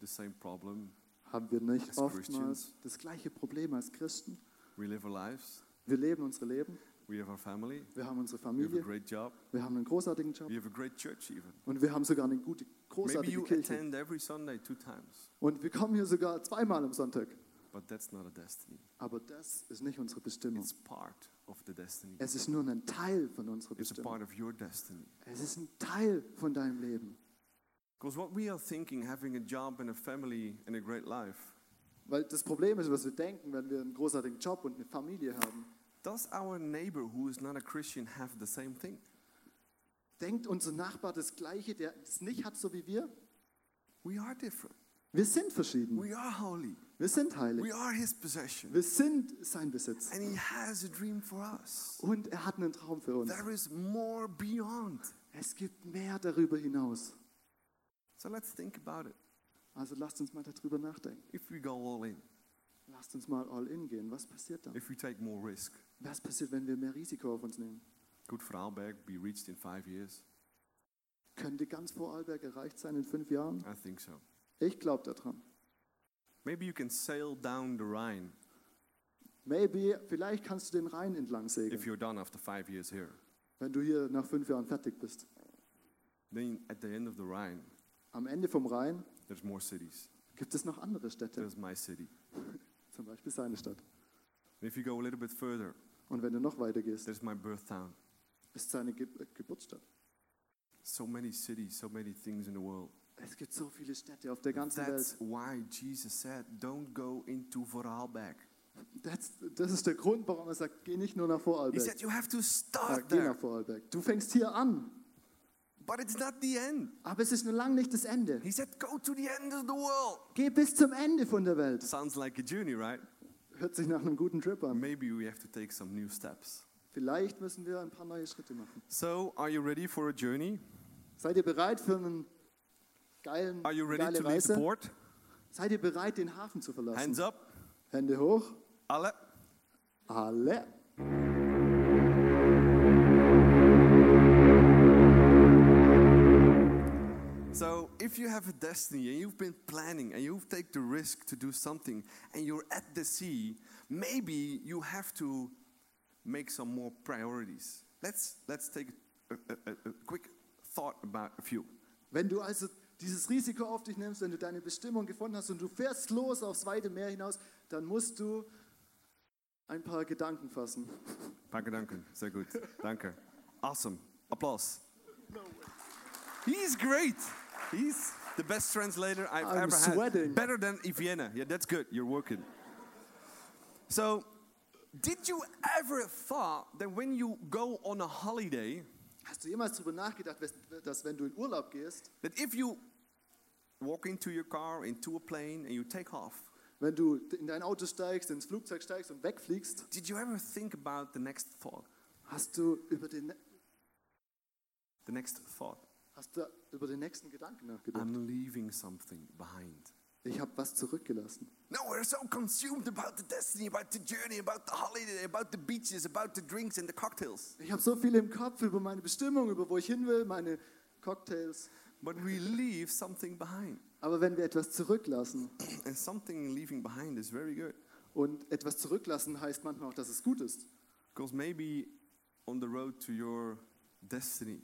B: the same problem?
C: Haben wir nicht
B: As
C: oftmals
B: Christians.
C: das gleiche Problem als Christen?
B: We live our lives.
C: Wir leben unsere Leben,
B: We have our family.
C: wir haben unsere
B: We have a
C: Familie,
B: great job.
C: wir haben einen großartigen Job
B: We have a great church even.
C: und wir haben sogar eine gute,
B: Maybe
C: großartige
B: you
C: Kirche.
B: attend every Sunday two times.
C: Und wir kommen hier sogar zweimal am Sonntag.
B: But that's not a destiny.
C: Aber das ist nicht unsere Bestimmung.
B: It's part of the destiny.
C: Es ist nur ein Teil von unserer
B: It's a
C: Bestimmung.
B: part of your destiny.
C: Es ist ein Teil von deinem Leben.
B: Because what we are thinking, having a job and a family and a great life,
C: Weil das Problem ist, was wir denken, wenn wir einen großartigen Job und eine Familie haben.
B: does our neighbor who is not a Christian have the same thing?
C: Denkt unser Nachbar das Gleiche, der es nicht hat, so wie wir?
B: We are different.
C: Wir sind verschieden.
B: We are holy.
C: Wir sind heilig.
B: We are his possession.
C: Wir sind sein Besitz.
B: And he has a dream for us.
C: Und er hat einen Traum für uns.
B: There is more beyond.
C: Es gibt mehr darüber hinaus.
B: So let's think about it.
C: Also lasst uns mal darüber nachdenken.
B: If we go all in,
C: Lasst uns mal all in gehen. Was passiert dann?
B: if we take more risk,
C: Was passiert, wenn wir mehr Risiko auf uns nehmen?
B: could Vorarlberg be reached in five years?
C: Könnte ganz Vorarlberg erreicht sein in fünf Jahren?
B: I think so.
C: Ich glaube daran.
B: Maybe you can sail down the Rhine
C: Maybe, vielleicht kannst du den Rhein entlang
B: if
C: segeln,
B: you're done after five years here.
C: wenn du hier nach fünf Jahren fertig bist.
B: Then at the end of the Rhine,
C: Am Ende vom Rhein
B: there's more cities.
C: gibt es noch andere Städte,
B: There's my city.
C: zum Beispiel seine Stadt.
B: If you go a little bit further,
C: Und wenn du noch weiter gehst,
B: there's my birth town.
C: ist seine Ge äh, Geburtsstadt.
B: So many cities, so many things in the world.
C: Es gibt so viele Städte auf der ganzen
B: That's
C: Welt.
B: why Jesus said, don't go into Vorarlberg.
C: Das, das ist der Grund, warum er sagt, geh nicht nur nach
B: He
C: Vorarlberg.
B: said, you have to
C: Ja,
B: start
C: geh
B: there.
C: nach Vorarlberg. Du fängst hier an,
B: But it's not the end.
C: aber es ist noch lange nicht das Ende.
B: He said, go to the end of the world.
C: Geh bis zum Ende von der Welt.
B: Sounds like a journey, right?
C: Hört sich nach einem guten Trip an.
B: Maybe we have to take some new steps.
C: Vielleicht müssen wir ein paar neue Schritte machen.
B: So, are you ready for a journey?
C: Seid ihr bereit für einen geilen,
B: Are you ready
C: geile
B: to leave the
C: Reise?
B: port?
C: Seid ihr bereit, den Hafen zu verlassen?
B: Hands up.
C: Hände hoch.
B: Alle.
C: Alle.
B: So, if you have a destiny and you've been planning and you've taken the risk to do something and you're at the sea, maybe you have to make some more priorities. Let's, let's take a, a- a- a quick thought about a few.
C: Wenn du also dieses Risiko auf dich nimmst, wenn du deine Bestimmung gefunden hast und du fährst los aufs weite Meer hinaus, dann musst du ein paar Gedanken fassen.
B: Paar Gedanken. Sehr gut. Danke. Awesome. Applause. He's great. He's the best translator I've
C: I'm
B: ever
C: sweating.
B: had. Better than Iviena. Yeah, that's good. You're working. So, did you ever thought that when you go on a holiday,
C: Hast du jemals darüber nachgedacht, wes- dass wenn du in Urlaub gehst,
B: that if you walk into your car, into a plane, and you take off,
C: wenn du in dein Auto steigst, ins Flugzeug steigst und wegfliegst,
B: did you ever think about the next thought?
C: hast du über den,
B: The next thought.
C: hast du über den nächsten Gedanken nachgedacht?
B: I'm leaving something behind.
C: Ich habe was zurückgelassen.
B: No, we're so consumed about the destiny, about the journey, about the holiday, about the beaches, about the drinks and the cocktails.
C: Ich habe so viel im Kopf über meine Bestimmung, über wo ich hin will, meine Cocktails.
B: But we leave something behind.
C: Aber wenn wir etwas zurücklassen,
B: And something leaving behind is very good.
C: und etwas zurücklassen heißt manchmal auch, dass es gut ist.
B: Because maybe on the road to your destiny,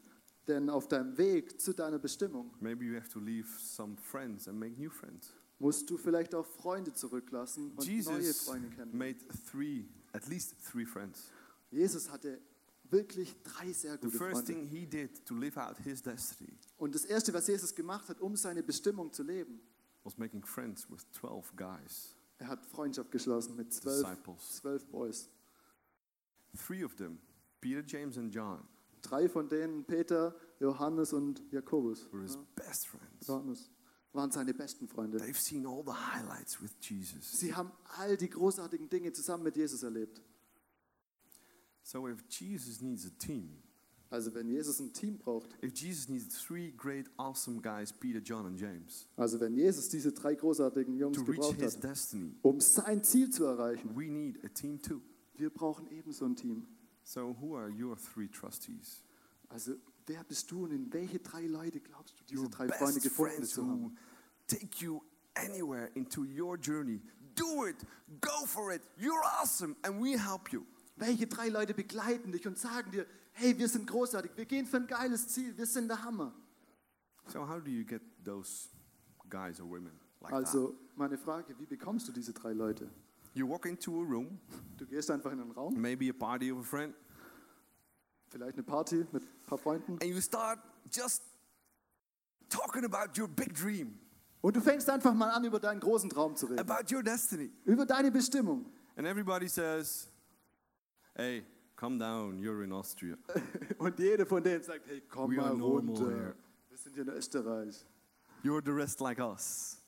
C: Denn auf deinem Weg zu deiner Bestimmung
B: maybe you have to leave some friends and make new friends.
C: musst du vielleicht auch Freunde zurücklassen und neue
B: Jesus
C: Freunde kennen.
B: made three, at least three friends.
C: Jesus hatte wirklich drei sehr
B: The
C: gute
B: first
C: Freunde.
B: thing he did to live out his destiny
C: Und das Erste, was Jesus gemacht hat, um seine Bestimmung zu leben,
B: was making friends with 12 guys.
C: er hat Freundschaft geschlossen mit zwölf,
B: Disciples.
C: zwölf Boys.
B: Three of them, Peter, James, and John,
C: Drei von denen, Peter, Johannes und Jakobus.
B: were his
C: Ja,
B: best friends.
C: Johannes. waren seine besten Freunde.
B: They've seen all the highlights with Jesus.
C: Sie haben all die großartigen Dinge zusammen mit Jesus erlebt.
B: So if Jesus needs a team,
C: Also wenn Jesus ein Team braucht,
B: if Jesus needs three great, awesome guys, Peter, John, and James,
C: also wenn Jesus diese drei großartigen Jungs
B: to reach
C: gebraucht
B: his
C: hat,
B: destiny,
C: um sein Ziel zu erreichen,
B: we need a team too.
C: wir brauchen ebenso ein Team.
B: So who are your three trustees?
C: Also wer bist du und in welche drei Leute glaubst du, diese
B: Your
C: drei Freunde
B: best
C: gefunden
B: friends
C: zu haben?
B: who take you anywhere into your journey. Do it. Go for it. You're awesome, and we help you.
C: Welche drei Leute begleiten dich und sagen dir, hey, wir sind großartig, wir gehen für ein geiles Ziel, wir sind der Hammer.
B: So how do you get those guys or women like that?
C: Also meine Frage, wie bekommst du diese drei Leute?
B: You walk into a room,
C: Du gehst einfach in einen Raum,
B: maybe a party of a friend,
C: vielleicht eine Party mit ein paar Freunden
B: and you start just talking about your big dream,
C: und du fängst einfach mal an, über deinen großen Traum zu reden,
B: about your destiny.
C: über deine Bestimmung.
B: And everybody says, hey, calm down, you're in Austria.
C: Und jeder von denen sagt, hey, komm
B: We
C: mal
B: are normal
C: runter,
B: here.
C: wir sind hier in Österreich,
B: You're the rest like us.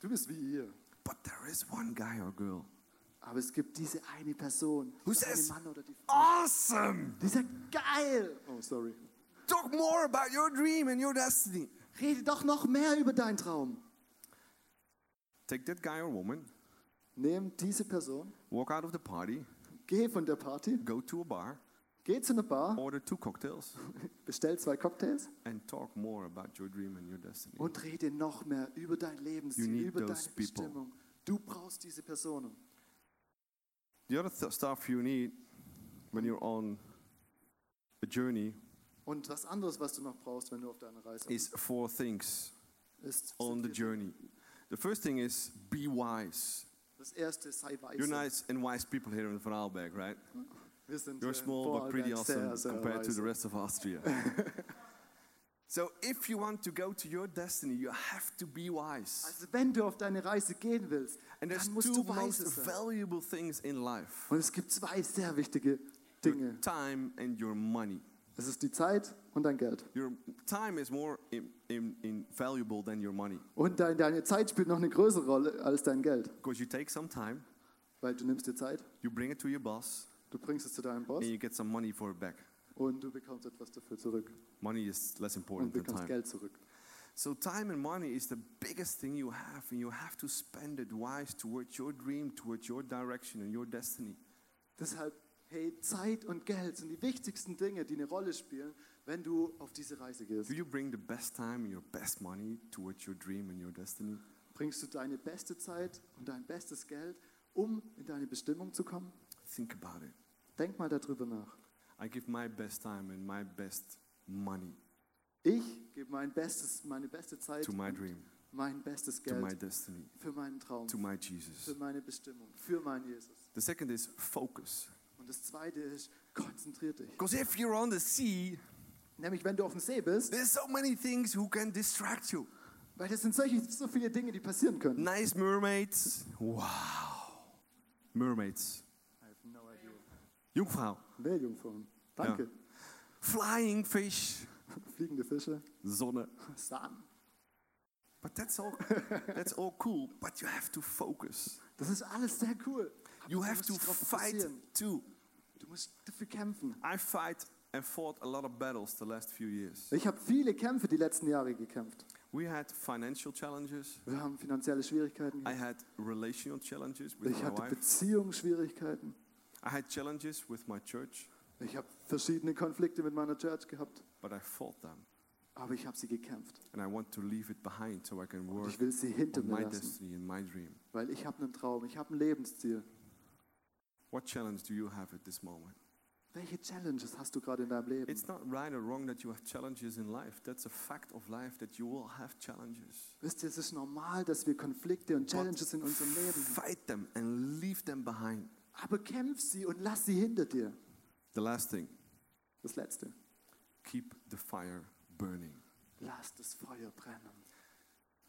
C: du bist wie ihr.
B: But there is one guy or girl
C: Aber es gibt diese eine Person,
B: who
C: dieser eine
B: says,
C: Mann oder die Frau,
B: awesome!
C: die sagt, geil. Oh, sorry.
B: Talk more about your dream and your destiny.
C: Rede doch noch mehr über deinen Traum.
B: Take that guy or woman,
C: Nimm diese Person,
B: walk out of the party,
C: geh von der Party,
B: go to a bar,
C: geh zu einer Bar,
B: order two cocktails,
C: bestell zwei Cocktails
B: and talk more about your dream and your destiny.
C: und rede noch mehr über dein
B: You
C: Lebensziel,
B: need
C: über deine
B: those people.
C: Bestimmung. Du brauchst diese Personen.
B: The other th- stuff you need when you're on a journey
C: Und was anderes, was du noch brauchst, wenn du auf deiner Reise bist,
B: is four things
C: ist
B: on the
C: sind wir-
B: journey. The first thing is be wise.
C: das erste, sei weise.
B: You're nice and wise people here in Vorarlberg, right?
C: Wir sind
B: You're
C: äh,
B: small but pretty
C: Vorarlberg sehr,
B: awesome
C: sehr
B: compared to
C: weise.
B: the rest of Austria. so if you want to go to your destiny, you have to be wise.
C: Also wenn du auf deine Reise gehen willst,
B: And there's
C: dann musst
B: two
C: du
B: most
C: weise sein.
B: valuable things in life.
C: Und es gibt zwei sehr wichtige
B: Your
C: Dinge.
B: time and your money.
C: Es ist die Zeit und dein Geld.
B: Your time is more in, in, in valuable than your money
C: Und dein, deine Zeit spielt noch eine größere Rolle als dein Geld.
B: because you take some time,
C: Weil du nimmst dir Zeit,
B: you bring it to your boss,
C: du bringst es zu deinem Boss
B: and you get some money for it back.
C: und du bekommst etwas dafür zurück.
B: Money is less
C: Und
B: important than
C: bekommst
B: time.
C: Geld zurück.
B: So time and money is the biggest thing you have, and you have to spend it wise towards your dream, towards your direction and your destiny.
C: Deshalb, hey, Zeit und Geld sind die wichtigsten Dinge, die eine Rolle spielen, wenn du auf diese Reise gehst.
B: Do you bring the best time and your best money towards your dream and your destiny?
C: Bringst du deine beste Zeit und dein bestes Geld, um in deine Bestimmung zu kommen?
B: Think about it.
C: Denk mal darüber nach.
B: I give my best time and my best money
C: Ich gebe mein Bestes, meine beste Zeit,
B: to my
C: und
B: dream,
C: mein bestes
B: to my
C: Geld
B: destiny,
C: für meinen Traum,
B: to my Jesus.
C: für meine Bestimmung, für meinen Jesus.
B: The second is focus.
C: Und das Zweite ist, konzentrier dich.
B: Because if you're on the sea,
C: Nämlich, wenn du auf dem See bist,
B: there's so many things who can distract you.
C: weil das sind solche, so viele Dinge, die passieren können.
B: Nice mermaids. Wow. Mermaids.
C: I have no idea.
B: Jungfrau.
C: Meerjungfrauen. Danke.
B: Flying fish.
C: Fliegende Fische.
B: Sonne.
C: Sahn.
B: But that's all that's all cool, but you have to focus.
C: Das ist alles sehr cool. Aber
B: You
C: du
B: have
C: musst
B: to
C: dich drauf
B: fight
C: fokussieren.
B: too.
C: Du musst dafür kämpfen.
B: I fight and fought a lot of battles the last few years.
C: Ich habe viele Kämpfe die letzten Jahre gekämpft.
B: We had financial challenges.
C: Wir haben finanzielle Schwierigkeiten.
B: I
C: gehabt.
B: had relational challenges with
C: Ich
B: my
C: hatte
B: wife.
C: Beziehungsschwierigkeiten.
B: I had challenges with my church,
C: Ich habe verschiedene Konflikte mit meiner Church gehabt.
B: but I fought them.
C: Aber ich habe sie gekämpft.
B: And I want to leave it behind so I can
C: Und
B: work
C: ich will sie hinter
B: on
C: mir
B: my
C: lassen.
B: destiny and my dream.
C: Weil ich habe einen Traum. Ich habe ein Lebensziel.
B: What challenge do you have at this moment?
C: Welche Challenges hast du gerade in deinem Leben?
B: It's not right or wrong that you have challenges in life. That's a fact of life that you will have challenges.
C: Wisst ihr, es ist normal, dass wir Konflikte und Challenges in unserem Leben haben.
B: Fight them and leave them behind.
C: Aber kämpf sie und lass sie hinter dir.
B: The last thing,
C: Das Letzte.
B: keep the fire burning.
C: Lass das Feuer brennen.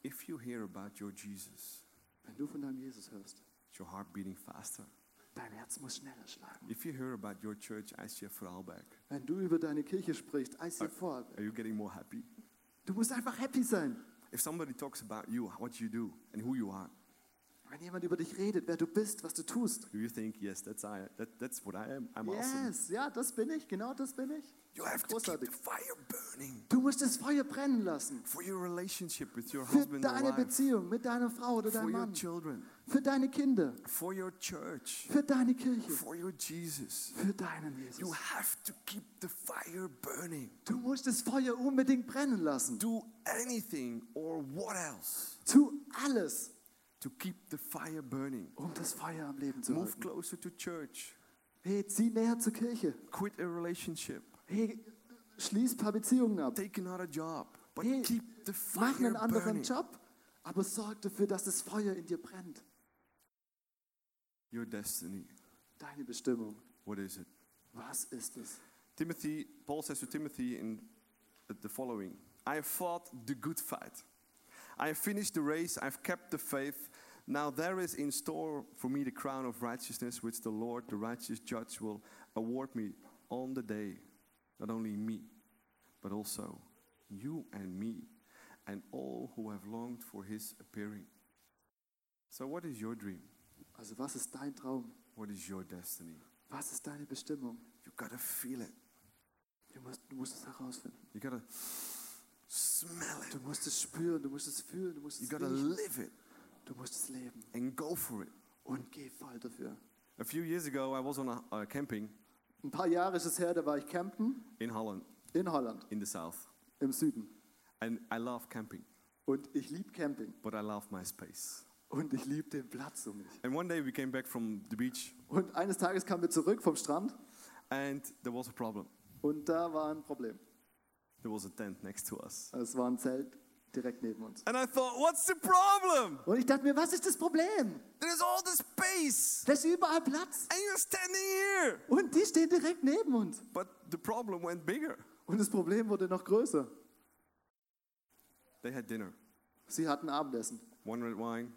B: If you hear about your Jesus,
C: Wenn du von deinem Jesus hörst,
B: your heart beating faster.
C: dein Herz muss schneller schlagen.
B: If you hear about your church, ICF Vorarlberg,
C: Wenn du über deine Kirche sprichst, als ihr
B: are you getting more happy?
C: du musst einfach happy sein.
B: If somebody talks about you, what you do, and who you are,
C: Wenn jemand über dich redet, wer du bist, was du tust.
B: do you think, yes, that's I, that, that's what I am. I'm awesome.
C: Yes, ja, das bin ich, genau das bin ich.
B: You have to keep the
C: Großartig.
B: fire burning
C: Du musst das Feuer brennen lassen.
B: for your relationship with your
C: Für
B: husband or
C: deine
B: wife,
C: Beziehung mit deiner Frau oder
B: for
C: deinem
B: your
C: er Mann.
B: children,
C: Für deine Kinder.
B: for your church,
C: Für deine Kirche.
B: for your Jesus.
C: Für deinen
B: You
C: Jesus.
B: have to keep the fire burning.
C: Du musst das Feuer unbedingt brennen lassen.
B: Do anything or what else
C: Tu alles,
B: to keep the fire burning.
C: um das Feuer am Leben zu
B: Move
C: halten.
B: closer to church.
C: Hey, zieh näher zur Kirche.
B: Quit a relationship.
C: Hey, schließ ein paar Beziehungen ab.
B: Take another job. But
C: Hey,
B: keep the
C: mach
B: fire
C: einen anderen
B: burning.
C: Job, aber sorg dafür, dass das Feuer in dir brennt.
B: Your destiny.
C: Deine Bestimmung.
B: What is it?
C: Was ist es?
B: Timothy, Paul says to Timothy in the following I have fought the good fight. I have finished the race. I've kept the faith. Now there is in store for me the crown of righteousness, which the Lord, the righteous judge, will award me on the day. Not only me, but also you and me, and all who have longed for his appearing. So, what is your dream?
C: Also was ist dein Traum?
B: What is your destiny?
C: Was ist deine Bestimmung?
B: You gotta feel it.
C: Du musst, du musst es herausfinden.
B: You gotta smell it.
C: Du musst es spüren, du musst es fühlen, du musst
B: You
C: es
B: gotta
C: leben.
B: live it
C: Du musst es leben
B: and go for it.
C: und geh voll dafür.
B: A few years ago, I was on a uh, camping
C: Ein paar Jahre ist es her, da war ich campen
B: in Holland,
C: in Holland,
B: in the south,
C: im Süden.
B: and I love camping,
C: Und ich lieb Camping
B: but I love my space.
C: und ich lieb den Platz um mich.
B: And one day we came back from the beach,
C: Und eines Tages kamen wir zurück vom Strand
B: and there was a problem.
C: und da war ein Problem.
B: There was a tent next to us,
C: Es war ein Zelt direkt neben uns.
B: and I thought, "What's the problem?
C: Und ich dachte mir, was ist das Problem?
B: There's all this space,
C: Da ist überall Platz.
B: and you're standing here."
C: Und die stehen direkt neben uns.
B: But the problem went bigger.
C: Und das Problem wurde noch größer.
B: They had dinner,
C: Sie hatten Abendessen.
B: one red wine,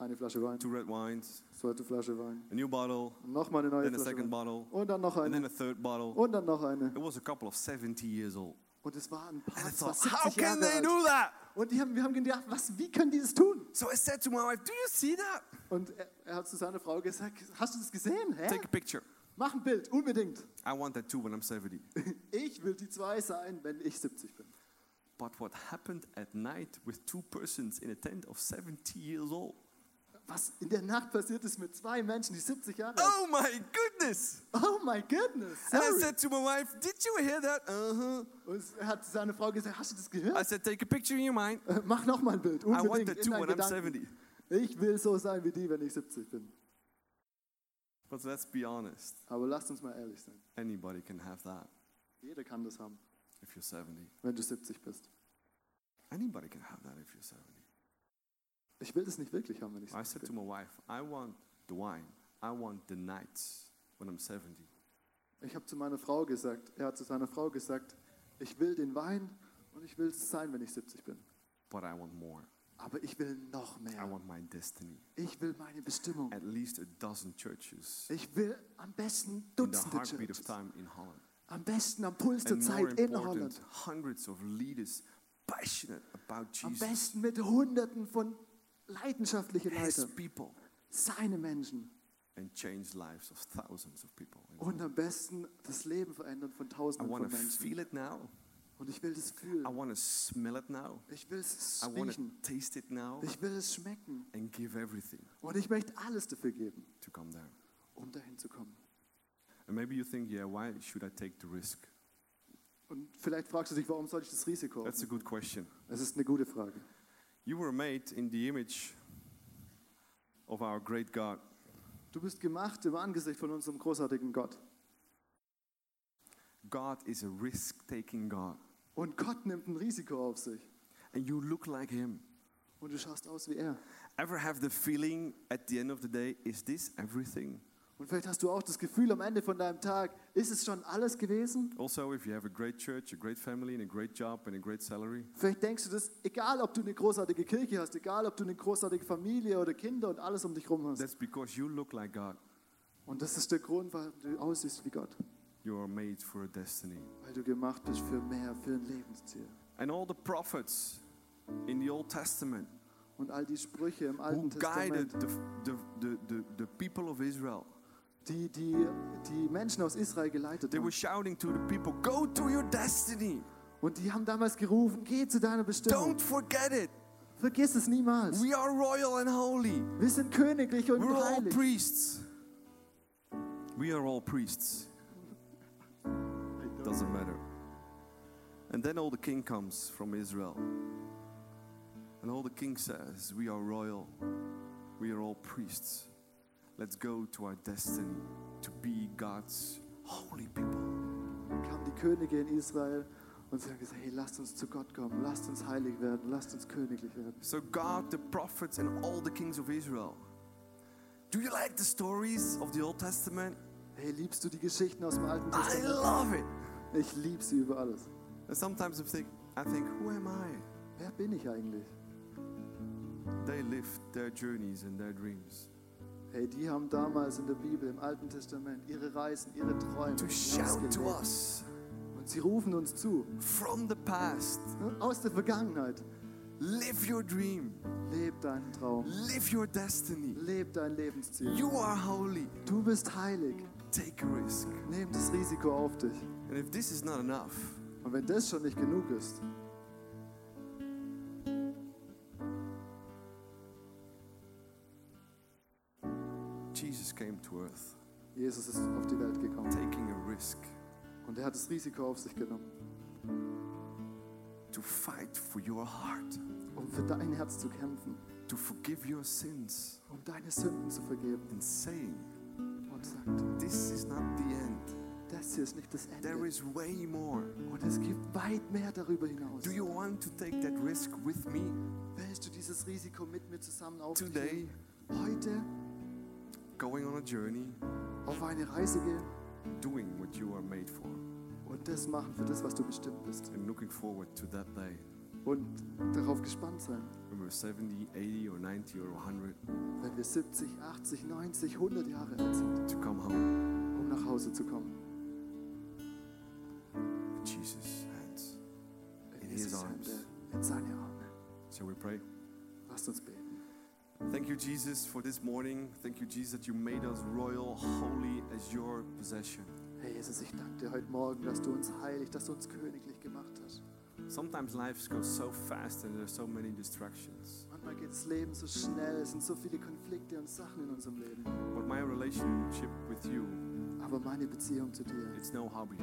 C: Eine Flasche Wein,
B: two red wines,
C: zweite Flasche Wein,
B: a new bottle,
C: nochmal eine neue
B: then a
C: Flasche
B: second
C: Wein.
B: bottle,
C: Und dann noch
B: and
C: eine.
B: then a Oh. third bottle.
C: Und dann noch eine.
B: It was a couple of 70 years old.
C: Und es war ein
B: And
C: paar,
B: I
C: es war
B: thought, how
C: 70
B: can
C: Jahre
B: they
C: alt.
B: do that?
C: Und die haben, wir haben gedacht, was, wie können die das tun?
B: So I said to my wife, Do you see that?
C: Und er, er hat zu seiner Frau gesagt, hast du das gesehen? Hä?
B: Take a picture.
C: Mach ein Bild, unbedingt.
B: I want that too when I'm 70.
C: Ich will die zwei sein, wenn ich 70 bin.
B: But what happened at night with two persons in a tent of 70 years old?
C: Was in der Nacht passiert ist mit zwei Menschen, die 70 Jahre alt
B: Oh my goodness!
C: sind. Oh my goodness,
B: And I
C: sorry.
B: said to my wife, Did you hear that? Uh huh.
C: Und er hat seine Frau gesagt, hast du das
B: I
C: gehört?
B: said, Take a picture in your mind.
C: Äh, Mach nochmal ein Bild,
B: I want
C: unbedingt
B: that
C: in
B: too
C: deinen
B: when I'm
C: Gedanken.
B: 70.
C: Ich will so sein wie die, wenn ich 70 bin.
B: But let's be honest
C: Aber lasst uns mal ehrlich sein.
B: anybody can have that
C: Jeder kann das haben,
B: if you're 70.
C: wenn du 70 bist.
B: Anybody can have that if you're 70.
C: Ich will das nicht wirklich haben, wenn ich
B: I said
C: 70
B: to
C: bin.
B: my wife, I want the wine, I want the nights when I'm 70.
C: Ich habe zu meiner Frau gesagt, er hat zu seiner Frau gesagt, ich will den Wein und ich will es sein, wenn ich 70 bin.
B: But I want more.
C: Aber ich will noch
B: I
C: mehr.
B: want my destiny.
C: Ich will meine Bestimmung.
B: At least a dozen churches
C: Ich will am besten
B: in the
C: Dutzende
B: heartbeat of
C: Churches.
B: time in Holland.
C: Am besten am Puls der
B: And more
C: Zeit in
B: important,
C: Holland.
B: hundreds of leaders passionate about
C: Am
B: Jesus,
C: besten mit Hunderten von leidenschaftlichen
B: His
C: Leitern.
B: people,
C: Seine Menschen.
B: and change lives of thousands of people. in
C: Und
B: Holland.
C: am besten das Leben verändern von
B: I
C: Tausenden von
B: want to
C: Menschen.
B: feel it now.
C: Und ich will das
B: I
C: fühlen.
B: want to smell it now.
C: Ich will es
B: I want to
C: riechen.
B: taste it now
C: Ich will es schmecken.
B: and give everything
C: Und ich möchte alles dafür geben,
B: to come there.
C: um dahin zu kommen.
B: And maybe you think, yeah, why should I take the risk?
C: Und vielleicht fragst du dich, warum soll ich das Risiko
B: That's a
C: aufnehmen?
B: good question.
C: Es ist eine gute Frage.
B: You were made in the image of our great God.
C: Du bist gemacht im Angesicht von unserem großartigen Gott.
B: God is a risk taking God.
C: Und Gott nimmt ein Risiko auf sich.
B: And you look like Him.
C: Und du schaust aus wie er.
B: Ever have the feeling at the end of the day, is this everything?
C: Und vielleicht hast du auch das Gefühl am Ende von deinem Tag, ist es schon alles gewesen?
B: Also, if you have a great church, a great family, and a great job, and a great salary,
C: Vielleicht denkst du das, egal ob du eine großartige Kirche hast, egal ob du eine großartige Familie oder Kinder und alles um dich rum hast.
B: that's because you look like God.
C: Und das ist der Grund, warum du aussiehst wie Gott.
B: You are made for a destiny.
C: Weil du gemacht bist für mehr, für ein Lebensziel.
B: And all the prophets in the Old Testament
C: Und all die Sprüche im
B: who
C: Alten
B: guided
C: Testament,
B: the, the, the, the, the people of Israel.
C: die, die die Menschen aus Israel geleitet
B: They were
C: haben.
B: shouting to the people, Go to your destiny.
C: Und die haben damals gerufen, geh zu deiner Bestimmung.
B: Don't forget it.
C: Vergiss es niemals.
B: We are royal and holy.
C: Wir sind königlich und
B: We're all
C: heilig.
B: priests. We are all priests. Doesn't matter. And then all the king comes from Israel. And all the king says, We are royal. We are all priests. Let's go to our destiny to be God's holy people.
C: kamen die Könige in Israel und sie haben gesagt, hey, lasst uns zu Gott kommen, lasst uns heilig werden, lasst uns königlich werden.
B: So, God, the prophets, and all the kings of Israel. Do you like the stories of the Old Testament?
C: Hey, liebst du die Geschichten aus dem Alten
B: I
C: Testament?
B: love it.
C: Ich liebe sie über alles.
B: And sometimes I think, I think, who am I?
C: Wer bin ich eigentlich?
B: They lived their journeys and their dreams
C: Hey, die haben damals in der Bibel, im Alten Testament, ihre Reisen, ihre Träume
B: to shout to
C: ausgelebt.
B: us
C: Und sie rufen uns zu,
B: from the past.
C: aus der Vergangenheit,
B: Live your dream,
C: leb deinen Traum,
B: live your destiny.
C: leb dein Lebensziel.
B: You are holy.
C: Du bist heilig,
B: Take a risk.
C: nimm das Risiko auf dich.
B: And if this is not enough,
C: Und wenn das schon nicht genug ist,
B: Jesus came to earth
C: Jesus ist auf die Welt gekommen.
B: taking a risk
C: Und er hat das Risiko auf sich genommen,
B: to fight for your heart,
C: um für dein Herz zu kämpfen,
B: to forgive your sins,
C: um deine Sünden zu vergeben.
B: and saying,
C: Und sagt,
B: This is not the end.
C: das hier ist nicht das Ende.
B: There is way more.
C: Und es gibt weit mehr darüber hinaus.
B: Do you want to take that risk with me
C: Willst du dieses Risiko mit mir zusammen
B: today?
C: aufnehmen? Heute
B: Going on a journey,
C: auf eine Reise gehen
B: doing what you are made for.
C: und das machen für das, was du bestimmt bist.
B: I'm looking forward to that day
C: Und darauf gespannt sein,
B: when we're 70, 80, or 90, or 100
C: wenn wir 70, 80, 90, 100 Jahre alt sind,
B: to come home
C: um nach Hause zu kommen.
B: with Jesus' hands.
C: In
B: In his
C: Jesus'
B: arms.
C: Hände, in seine Arme.
B: Shall we pray?
C: Lasst uns beten.
B: Thank you, Jesus, for this morning. Thank you, Jesus, that you made us royal, holy as your possession.
C: Herr Jesus, ich danke dir heute Morgen, dass du uns heilig, dass du uns königlich gemacht hast.
B: Sometimes lives go so fast and there's so many distractions.
C: Manchmal geht das Leben so schnell, es sind so viele Konflikte und Sachen in unserem Leben.
B: But my relationship with you,
C: Aber meine Beziehung zu dir,
B: it's no hobby.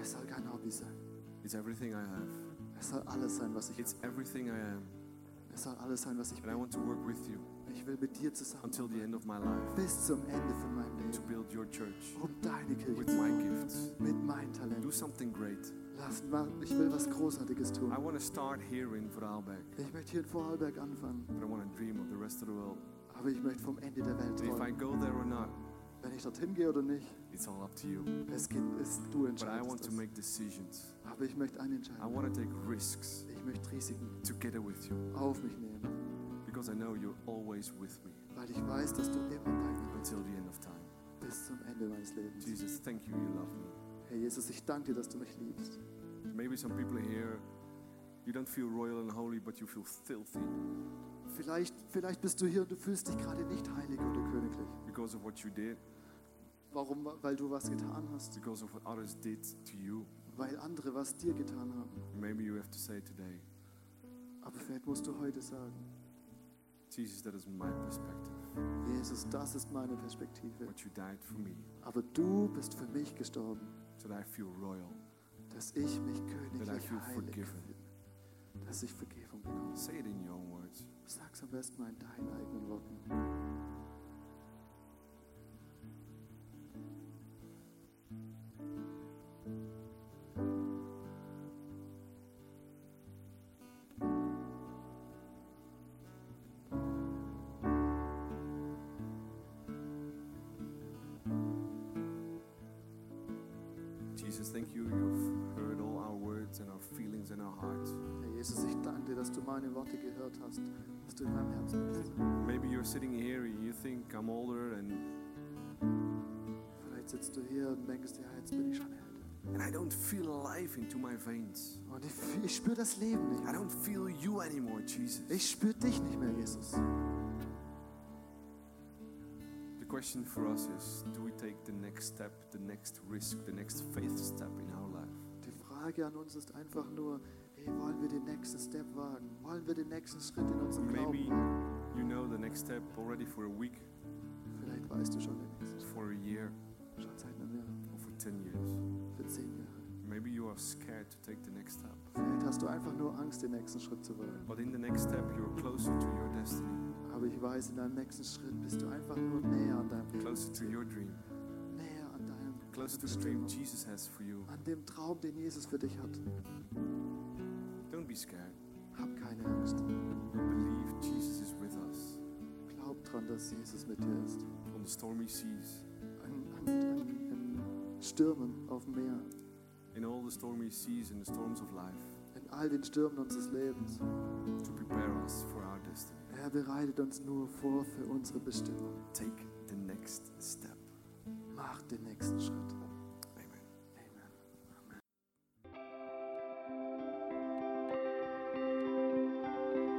C: es soll kein Hobby sein.
B: It's everything I have.
C: Es soll alles sein, was ich
B: It's
C: habe.
B: everything I am.
C: Es soll alles sein, was ich
B: And I
C: bin.
B: want to work with you
C: Ich will mit dir zusammen
B: until the end of my life
C: bis zum Ende von meinem
B: to
C: Leben,
B: build your church
C: um deine Kirche
B: with
C: zu
B: my
C: bauen,
B: gifts.
C: mit meinen
B: Do
C: Talenten.
B: something great.
C: Lass, mach, ich will was Großartiges tun.
B: I want to start here in Vorarlberg,
C: Ich möchte hier in Vorarlberg anfangen,
B: but I want to dream of the rest of the world.
C: aber ich möchte vom Ende der Welt
B: And if I
C: träumen.
B: go there or not,
C: Wenn ich dorthin gehe oder nicht,
B: it's all up to you.
C: es geht, es, du
B: But I want
C: entscheidest
B: to
C: es.
B: make decisions.
C: Aber ich möchte eine
B: I
C: Entscheidung.
B: want to take risks
C: Ich möchte Risiken
B: together with you
C: auf mich nehmen,
B: because I know you're always with me
C: weil ich weiß, dass du immer bei mir
B: until the end of time.
C: bist bis zum Ende meines Lebens.
B: Jesus, thank you. You love me.
C: Herr Jesus, ich danke dir, dass du mich liebst.
B: Maybe some people here, you don't feel royal and holy, but you feel filthy
C: Vielleicht, vielleicht bist du hier und du fühlst dich gerade nicht heilig oder königlich.
B: because of what you did,
C: Warum? Weil du was getan hast,
B: because of what others did to you.
C: weil andere was dir getan haben.
B: Maybe you have to say today,
C: Aber vielleicht musst du heute sagen,
B: Jesus, that is my perspective.
C: Jesus, das ist meine Perspektive.
B: What you died for me,
C: Aber du bist für mich gestorben,
B: so that I feel royal.
C: dass ich mich
B: That I
C: königlich
B: feel
C: heilig
B: forgiven.
C: fühle, dass ich Vergebung bekomme.
B: Say it in your own words.
C: Sag's am besten mal in deinen eigenen Worten.
B: Jesus, thank you. You've heard all our words and our feelings and our hearts.
C: Herr Jesus, ich danke dir, dass du meine Worte gehört hast, dass du in meinem Herzen bist.
B: Maybe you're sitting here and you think I'm older and
C: Vielleicht sitzt du hier und denkst dir, ja, jetzt bin ich schon älter.
B: And I don't feel life into my veins.
C: Und ich, fühl- ich spüre das Leben nicht
B: I
C: mehr.
B: don't feel you anymore, Jesus.
C: Ich spüre dich nicht mehr, Jesus.
B: The question for us is do we take the next step, the next risk, the next faith step in our life?
C: Die Frage an uns ist einfach nur, hey, wollen wir den nächsten Step wagen? Wollen wir den nächsten Schritt in unserem
B: Maybe
C: Glauben?
B: you know the next step already for a week,
C: Vielleicht weißt du schon den nächsten
B: for a year,
C: Schritt, schon seit einem Jahr,
B: or for 10 years.
C: für zehn Jahre.
B: Maybe you are scared to take the next step.
C: Vielleicht hast du einfach nur Angst, den nächsten Schritt zu wagen.
B: But in the next step, you're closer to your destiny,
C: Aber ich weiß, in deinem nächsten Schritt bist du einfach nur näher an deinem Leben,
B: closer to your dream,
C: näher an deinem
B: closer to the dream
C: Bestimmung,
B: Jesus has for you.
C: an dem Traum, den Jesus für dich hat.
B: Don't be scared.
C: Hab keine Angst.
B: Believe Jesus is with us
C: Glaub dran, dass Jesus mit dir ist.
B: on the stormy seas.
C: An, an, an, in Stürmen auf dem Meer,
B: In all the stormy seas and the storms of life,
C: in all den Stürmen unseres Lebens.
B: to prepare us for our destiny.
C: Er bereitet uns nur vor für unsere Bestimmung.
B: Take the next step.
C: Mach den nächsten Schritt.
B: Amen.
C: Amen.